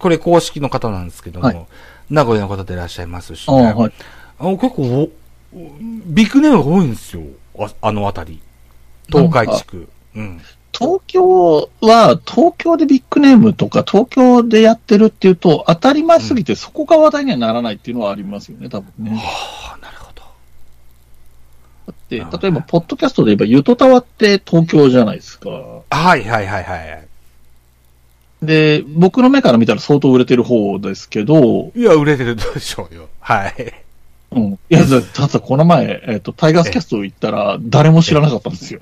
S8: これ公式の方なんですけども、
S3: はい
S8: 名古屋の方でいらっしゃいますし、
S3: あ
S8: ね
S3: あ、はい。
S8: あの結構おおビッグネームが多いんですよ。ああの辺り。東海地区。うん。
S3: 東京は、東京でビッグネームとか、東京でやってるっていうと、当たり前すぎてそこが話題にはならないっていうのはありますよね、多分ね。
S8: はあ、なるほど。
S3: だって、例えば、ポッドキャストで言えば、ゆとたわって東京じゃないですか。
S8: はいはいはいはい。
S3: で、僕の目から見たら相当売れてる方ですけど、
S8: いや、売れてるでしょうよ。はい。
S3: うん。いや、だただこの前、えっ、と、タイガースキャスト行ったら、誰も知らなかったんですよ。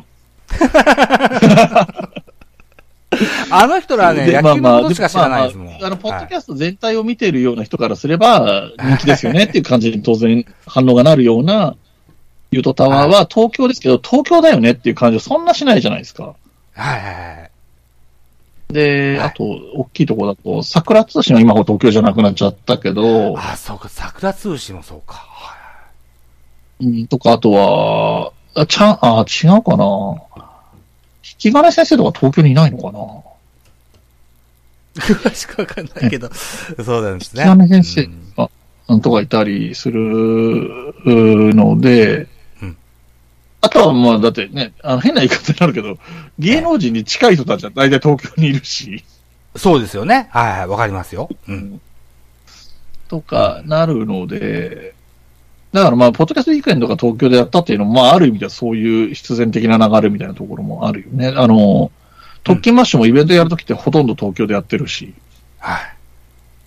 S8: あの人らはね、
S3: で
S8: 野球のことしか知らないですもん。
S3: まあまああの、ポッドキ
S8: はい
S3: ャスト全体を見ているような人からすれば、人気ですよねっていう感じに当然反応がなるような、ユートタワーは東京ですけど、東京だよねっていう感じはそんなしないじゃないですか。
S8: はいはいはい。
S3: で、
S8: はい
S3: あと、大きいとこだと、桜通信は今ほど東京じゃなくなっちゃったけど、
S8: あ、そうか、桜通信もそうか。は
S3: うん、とか、あとは、あ、ちゃん、あ、違うかな。引き金先生とか東京にいないのかな。
S8: い詳しくわかんないけど、 そうなんですね。
S3: 引き金先
S8: うん
S3: 生が、うん、とかいたりするうので、
S8: うん
S3: あとは、まあ、だってね、あの変な言い方になるけど、芸能人に近い人たちは大体東京にいるし、
S8: そうですよね。はいはい、わかりますよ。うん。
S3: とかなるので、だからまあ、ポッドキャスト意見とか東京でやったっていうのも、まあ、ある意味ではそういう必然的な流れみたいなところもあるよね。あの、特勤マッシュもイベントやるときってほとんど東京でやってるし、
S8: はい。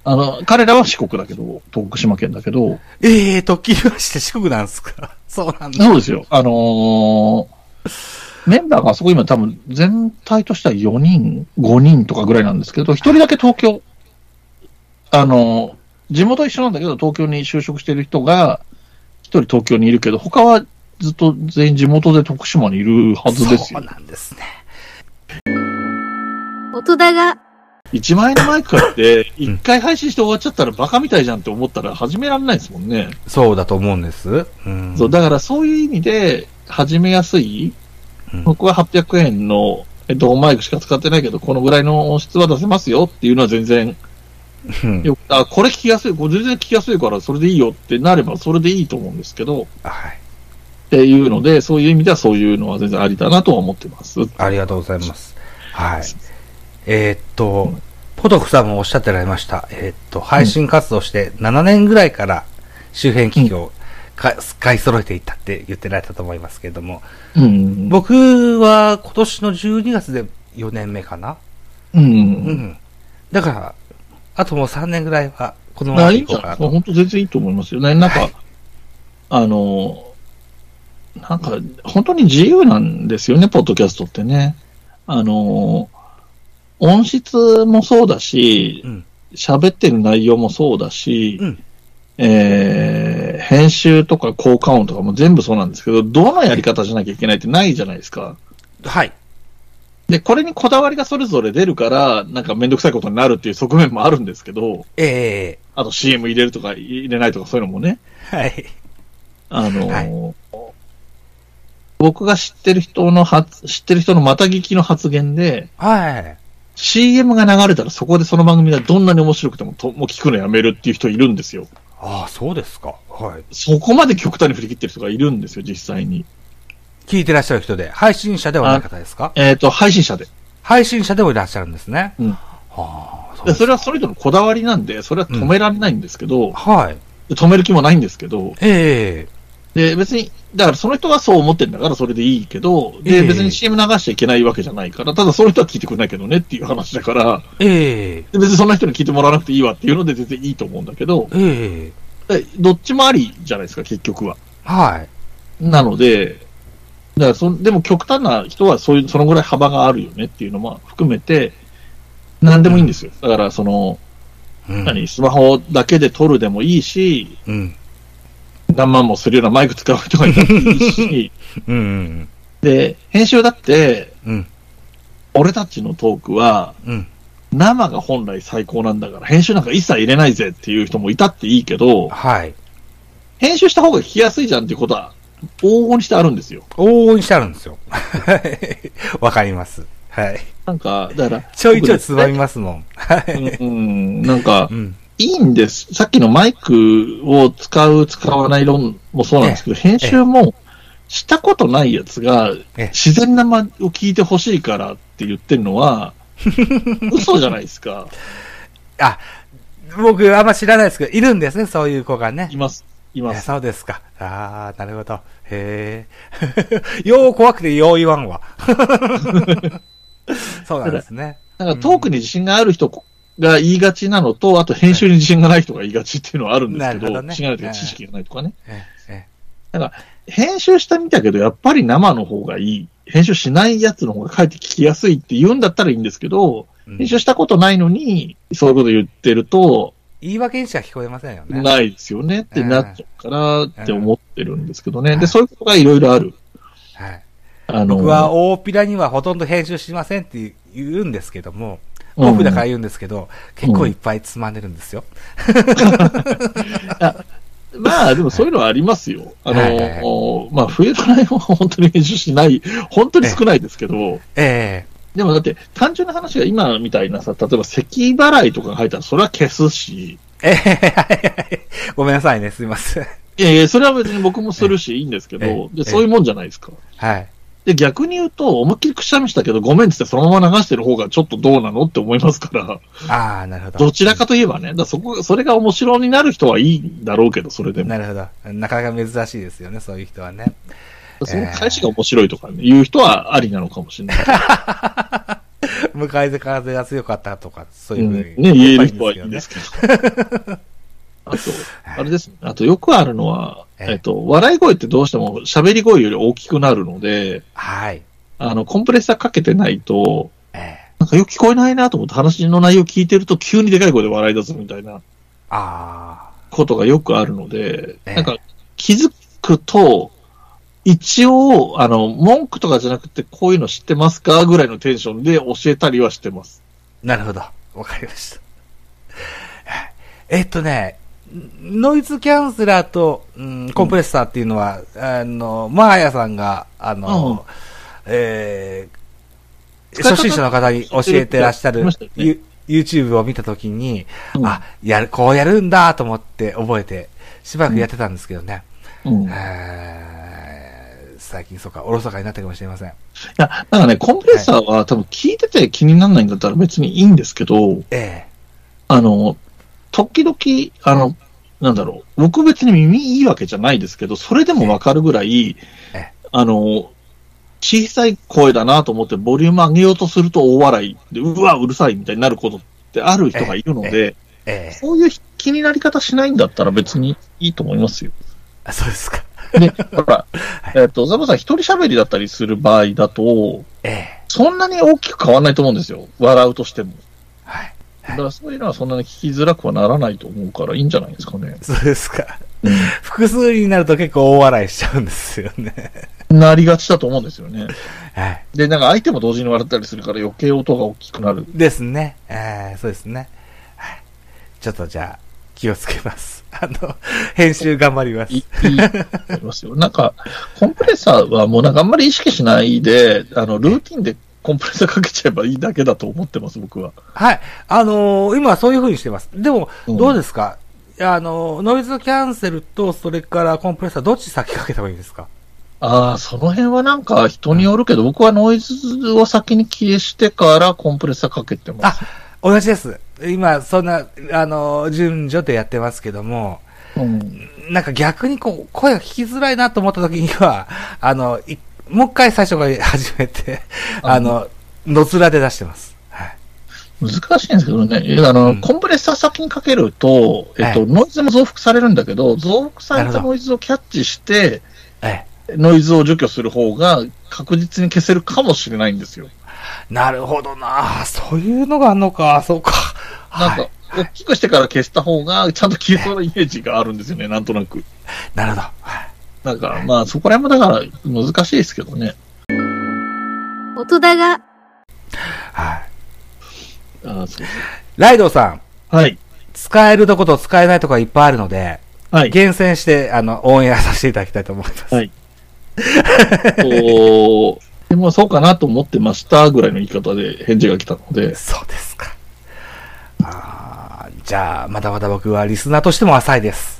S3: あの、彼らは四国だけど、徳島県だけど、
S8: ええー、特急はして四国なんですか そうなんだ。
S3: そうですよ。あのーメンバーがそこ今多分全体としては4人、5人とかぐらいなんですけど、1人だけ東京、あのー地元一緒なんだけど、東京に就職してる人が、1人東京にいるけど、他はずっと全員地元で徳島にいるはずです
S8: そう
S3: よ。
S8: なんですね。
S1: 音だが、
S3: 1万円のマイク買って、1回配信して終わっちゃったらバカみたいじゃんって思ったら始められないですもんね。
S8: そうだと思うんです。うん。
S3: そう、だからそういう意味で、始めやすい、
S8: うん
S3: 僕は800円のヘッドホンマイクしか使ってないけど、このぐらいの音質は出せますよっていうのは全然
S8: うん
S3: よく、あ、これ聞きやすい、これ全然聞きやすいからそれでいいよってなればそれでいいと思うんですけど、っ
S8: はい。
S3: ていうので、そういう意味ではそういうのは全然ありだなとは思ってます。
S8: ありがとうございます。はい。えーっと、ポトフさんもおっしゃってられました。えーっと、配信活動して7年ぐらいから周辺企業をか買い揃えていったって言ってられたと思いますけれども、
S3: うん。
S8: 僕は今年の12月で4年目かな。
S3: う。
S8: うんん。だから、あともう3年ぐらいは、このま
S3: ま
S8: ま
S3: あい
S8: で
S3: い
S8: い
S3: んじ
S8: こ
S3: ゃ
S8: う
S3: ない
S8: か
S3: で
S8: なと。
S3: すか。本当全然いいと思いますよね。なんか、あの、なんか、本当に自由なんですよね、ポッドキャストってね。あの、音質もそうだし
S8: う、ん。
S3: 喋ってる内容もそうだし、
S8: うん
S3: えー編集とか効果音とかも全部そうなんですけど、どのやり方じゃなきゃいけないってないじゃないですか。
S8: はい。
S3: で、これにこだわりがそれぞれ出るから、なんかめんどくさいことになるっていう側面もあるんですけど、
S8: ええ
S3: あと CM 入れるとか入れないとかそういうのもね。
S8: はい。
S3: あのー
S8: は
S3: 僕が知ってる人の発、知ってる人のまた聞きの発言で、
S8: はい。
S3: CM が流れたらそこでその番組がどんなに面白くてもともう聞くのやめるっていう人いるんですよ。
S8: ああ、そうですか。はい。
S3: そこまで極端に振り切ってる人がいるんですよ、実際に。
S8: 聞いてらっしゃる人で、配信者ではない方ですか
S3: えっ、と、配信者で。
S8: 配信者でもいらっしゃるんですね。
S3: うん
S8: はあ、そう
S3: で
S8: で
S3: そ
S8: す
S3: れはその人のこだわりなんで、それは止められないんですけど、
S8: はい。
S3: 止める気もないんですけど、
S8: ええ
S3: で、別に、だからその人がそう思ってるんだからそれでいいけど、で、
S8: ええ
S3: 別に CM 流しちゃいけないわけじゃないから、ただその人は聞いてくれないけどねっていう話だから、
S8: ええ
S3: で別にそんな人に聞いてもらわなくていいわっていうので全然いいと思うんだけど、
S8: ええ
S3: でどっちもありじゃないですか、結局は。
S8: はい。
S3: なので、だからそんでも極端な人はそういう、そのぐらい幅があるよねっていうのも含めて、何でもいいんですよ。だから、その、
S8: うん
S3: 何、スマホだけで撮るでもいいし、
S8: うん。
S3: 何万もするようなマイク使う人がいたっていいし、
S8: うん。うん。
S3: で、編集だって、
S8: うん。
S3: 俺たちのトークは、
S8: うん。
S3: 生が本来最高なんだから、編集なんか一切入れないぜっていう人もいたっていいけど、
S8: はい。
S3: 編集した方が聞きやすいじゃんっていうことは、往々にしてあるんですよ。
S8: 往々にしてあるんです よ。はいわかります。はい。
S3: なんか、だから、
S8: ちょいちょいつばみますもん。
S3: うんうん、なんか
S8: う、ん。
S3: いいんです。さっきのマイクを使う、使わない論もそうなんですけど、編集もしたことないやつが
S8: ええ
S3: 自然な間を聞いてほしいからって言ってる のは、嘘じゃないですか。
S8: あ、僕あんま知らないですけど、いるんですね、そういう子がね
S3: い。ます、いま
S8: え
S3: す。
S8: そうですか。ああ、なるほど。へえ。 よう怖くてよう言わんわ。 そうなんですね。
S3: だからトークに自信がある人が言いがちなのと、あと編集に自信がない人が言いがちっていうのはあるんですけ
S8: なるほ
S3: ど、
S8: どね
S3: 自信がないというか知識がないとかね。
S8: ええ
S3: 編集してみたけど、やっぱり生の方がいい。編集しないやつの方がかえって聞きやすいって言うんだったらいいんですけ
S8: う
S3: ど、
S8: ん
S3: 編集したことないのに、そういうこと言ってると、
S8: 言い訳にしか聞こえませんよね。
S3: ないですよねってなっちゃうからって思ってるんですけどね。
S8: うん
S3: で、そういうことがいろいろある。
S8: はい。
S3: あの
S8: 僕は大っぴらにはほとんど編集しませんって言うんですけども、
S3: うん
S8: オフだから言うんですけど、結構いっぱいつまんでるんですよ。
S3: まあ、でもそういうのはありますよ。あの、
S8: はいはいはい
S3: おまあ、冬ドラえもんは本当に編集しない、本当に少ないですけど、
S8: え
S3: でもだって、単純な話が今みたいなさ、例えば咳払いとかが入ったら、それは消すし、
S8: えええはいはいはいごめんなさいね、すいません。
S3: いやいや、それは別に僕もするし、いいんですけ
S8: え
S3: ど、
S8: え
S3: でそういうもんじゃないですか。
S8: はい。
S3: で、逆に言うと、思いっきりくしゃみしたけど、ごめんって言ってそのまま流してる方がちょっとどうなのって思いますから、
S8: ああ、なるほど。
S3: どちらかといえばね、だからそこ、それが面白になる人はいいんだろうけど、それで も。
S8: なるほど。なかなか珍しいですよね、そういう人はね。
S3: その返しが面白いとかね、言う人はありなのかもしれない。
S8: 向かい風が強かったとか、そういう
S3: うん
S8: ふ
S3: ね
S8: う、に。
S3: 言える人はいいんですけど。 あと、あれですね。あとよくあるのは、
S8: ええ
S3: えっと、笑い声ってどうしても喋り声より大きくなるので、
S8: はい。
S3: あの、コンプレッサーかけてないと、
S8: ええ
S3: なんかよく聞こえないなと思って話の内容聞いてると急にでかい声で笑い出すみたいな
S8: あ
S3: ことがよくあるので、
S8: ええ
S3: なんか気づくと、一応、あの、文句とかじゃなくて、こういうの知ってますかぐらいのテンションで教えたりはしてます。
S8: あ、なるほど。わかりました。 えっとね、ノイズキャンセラーと、うん、コンプレッサーっていうのは、あの、マーヤさんが、あの、えー
S3: 使い方
S8: 初心者の方に教えてらっしゃる
S3: 言ってましたよね
S8: ユ YouTube を見たときに、
S3: うん
S8: あ、やる、こうやるんだと思って覚えて、しばらくやってたんですけどね。
S3: うん
S8: えー最近そうか、おろそかになったかもしれません。
S3: いや、なんかね、コンプレッサーは多分聞いてて気にならないんだったら別にいいんですけど、
S8: え
S3: あの、時々、あの、なんだろう、僕別に耳いいわけじゃないですけど、それでもわかるぐらい
S8: え、
S3: あの、小さい声だなと思ってボリューム上げようとすると大笑いで、うわ、うるさいみたいになることってある人がいるので、
S8: ええ
S3: そういう気になり方しないんだったら別にいいと思いますよ。
S8: えそうですか。
S3: で、ほ ら、えっと、ザボさん一人喋りだったりする場合だと、
S8: ええ
S3: そんなに大きく変わらないと思うんですよ。笑うとしても。
S8: はい。
S3: だからそういうのはそんなに聞きづらくはならないと思うからいいんじゃないですかね。
S8: そうですか。 複数になると結構大笑いしちゃうんですよね。
S3: なりがちだと思うんですよね。
S8: はい。
S3: で、なんか相手も同時に笑ったりするから余計音が大きくなる。
S8: ですね。ええそうですね。はい。ちょっとじゃあ、気をつけます。あの、編集頑張ります
S3: いい。いいと思いますよ。 なんか、コンプレッサーはもうなんかあんまり意識しないで、あの、ルーティンでコンプレッサーかけちゃえばいいだけだと思ってます、僕は。
S8: はい。あのー今はそういう風にしてます。でも、
S3: うん
S8: どうですかあのーノイズキャンセルと、それからコンプレッサー、どっち先かけた方がいいですか
S3: ああ、その辺はなんか人によるけど、僕はノイズを先に消してからコンプレッサーかけてます。
S8: 同じです。今、そんな、あの、順序でやってますけども、
S3: うん、
S8: なんか逆にこう、声が聞きづらいなと思った時には、あの、いもう一回最初から始めて、
S3: あ
S8: あの、野面で出してます。はい。
S3: 難しいんですけどね、えあの
S8: うん
S3: コンプレッサー先にかけると、えっと
S8: はい
S3: ノイズも増幅されるんだけど、増幅され
S8: なる
S3: た
S8: ほど
S3: ノイズをキャッチして、
S8: え
S3: ノイズを除去する方が確実に消せるかもしれないんですよ。
S8: え。なるほどなそういうのがあんのか、そうか。
S3: なん
S8: は
S3: か
S8: い、
S3: 大きくしてから消した方が、ちゃんと消えそうなイメージがあるんですよね、なんとなく。
S8: なるほど。はい
S3: だから、まあ、そこら辺もだから難しいですけどね。
S1: 音だが、
S8: はい。
S3: あーそう
S8: ライドウさん、
S3: はい。
S8: 使えるとこと使えないとこがいっぱいあるので、
S3: はい。
S8: 厳選して、あの、オンエアさせていただきたいと思います。
S3: はいと、でもそうかなと思ってましたぐらいの言い方で返事が来たので、
S8: そうですか。あーじゃあ、まだまだ僕はリスナーとしても浅いです。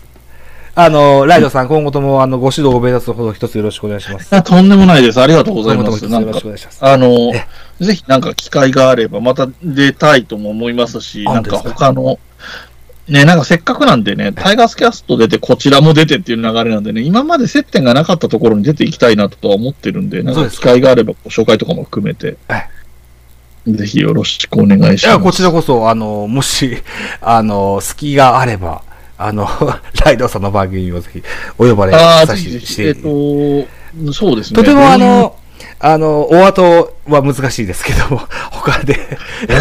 S8: あの、ライドさん、今後とも、あの、ご指導を目指すほど一つよろしくお願いします。
S3: あとんでもないです。ありがとうございます。
S8: 今後とも一つ
S3: なん
S8: よろ
S3: か
S8: しくお願いします。
S3: あの
S8: え、
S3: ぜひなんか機会があれば、また出たいとも思いますし、
S8: あ
S3: なんか
S8: 本当です
S3: 他の、ね、なんかせっかくなんでね、タイガースキャスト出て、こちらも出てっていう流れなんでね、今まで接点がなかったところに出ていきたいなとは思ってるんで、なん
S8: そう
S3: か
S8: です
S3: 機
S8: か
S3: 会があれば、ご紹介とかも含めて
S8: は、
S3: ぜひよろしくお願いし
S8: い
S3: ま
S8: や、
S3: す。
S8: こちらこそ、あの、もし、あの、隙があれば、あの、 ライドさんの番組をぜひ、お呼ばれ
S3: ああ、
S8: さ
S3: ぜ
S8: せ
S3: ひ
S8: てし
S3: ぜひ、
S8: て
S3: えっ、と、そうですね。
S8: とても、あ
S3: どういう
S8: の、あの、お後は難しいですけども、他で、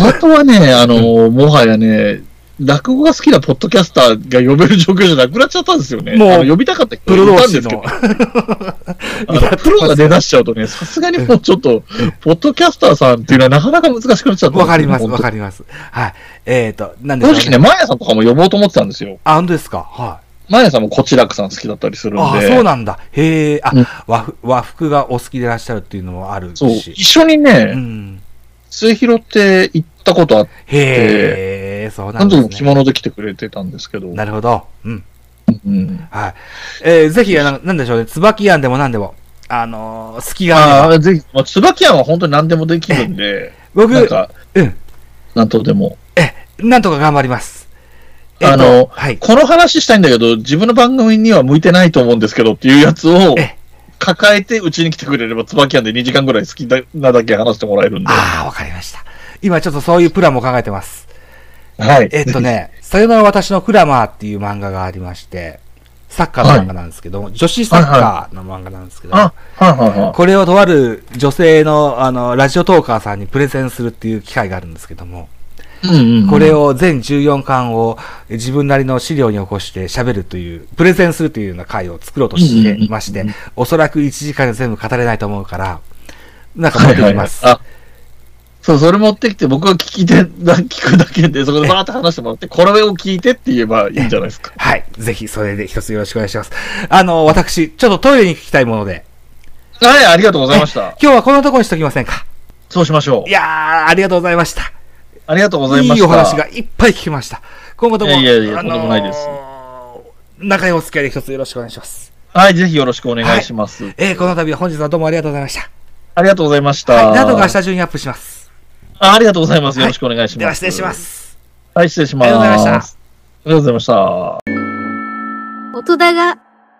S3: あとはね、あの、もはやね、落語が好きなポッドキャスターが呼べる状況じゃなくなっちゃったんですよね。
S8: もう
S3: あの呼びたかった人
S8: プロ
S3: い
S8: 同
S3: たん
S8: 士
S3: ですけ
S8: の
S3: ど。。あのプロが出だしちゃうとね、さすがにもうちょっと、ポッドキャスターさんっていうのはなかなか難しくなっちゃったんですよね。
S8: わかります、
S3: 本当
S8: わかります。はい。えっ、ー、と、なんで
S3: 正
S8: す
S3: 直ね、マーヤさんとかも呼ぼうと思ってたんですよ。
S8: あ、本当ですか。は
S3: マーヤさんもこちらくさん好きだったりする
S8: い。
S3: んで。
S8: あ、そうなんだ。へえ、あ、
S3: うん
S8: 和服和服がお好きでいらっしゃるっていうのもある
S3: そう
S8: し。
S3: 一緒に
S8: う
S3: ね、
S8: ん。
S3: 末広って行ったことあっ
S8: へ
S3: て、
S8: え、そうな
S3: なんん
S8: です
S3: とも着
S8: ね。
S3: 物で来てくれてたんですけど。
S8: なるほど。うん。
S3: うん
S8: はい。えー、ぜひ、あのなんでしょうね。椿庵でも何でも。あのー、隙があれ
S3: あ
S8: ば。
S3: あ、ぜひ、まあ、椿庵は本当に何でもできるんで、
S8: 僕、
S3: なんか、
S8: うん。
S3: なんとでも。
S8: なんとか頑張ります。
S3: あの
S8: えっとはい。
S3: この話したいんだけど、自分の番組には向いてないと思うんですけどっていうやつを
S8: え
S3: 抱えてうちに来てくれれば、椿庵で2時間ぐらい好きなだけ話してもらえるんで。は
S8: ああ、わかりました。今ちょっとそういうプランも考えてます。
S3: い。
S8: えっとね、さよなら私のクラマーっていう漫画がありまして、サッカーの漫画なんですけど、女子サッカーの漫画なんですけど、
S3: あ、はいはいはい。
S8: これをとある女性のあのラジオトーカーさんにプレゼンするっていう機会があるんですけども、
S3: うんうん
S8: これを全14巻を自分なりの資料に起こして喋るという、プレゼンするというような回を作ろうとしてまして、おそらく1時間で全部語れないと思うから、なんか持ってきます。
S3: はいはいはいあそう、それ持ってきて、僕が聞いて、な聞くだけで、そこでバーって話してもらって、これを聞いてって言えばいいんじゃないですか。
S8: はい。ぜひ、それで一つよろしくお願いします。あの、私、ちょっとトイレに行きたいもので、
S3: はい、ありがとうございました。
S8: 今日はこのところにしときませんか。
S3: そうしましょ。
S8: いうやー、ありがとうございました。
S3: ありがとうござい
S8: い
S3: ました。
S8: いお話がいっぱい聞けました。今後とも、
S3: いやいやいや
S8: あのー
S3: とんでもないです
S8: 仲良いお付き合いで一つよろしくお願いします。
S3: はい、ぜひよろしくお願いします。
S8: えー、この度は本日はどうもありがとうございました。
S3: ありがとうございました。
S8: はい。なんとか明日中にアップします。
S3: あありがとうございます。よろしくお願いします。
S8: では、失礼しま。す。
S3: はい、失礼します。
S8: ありがとうございました
S3: ありがとうございました。
S1: 音だが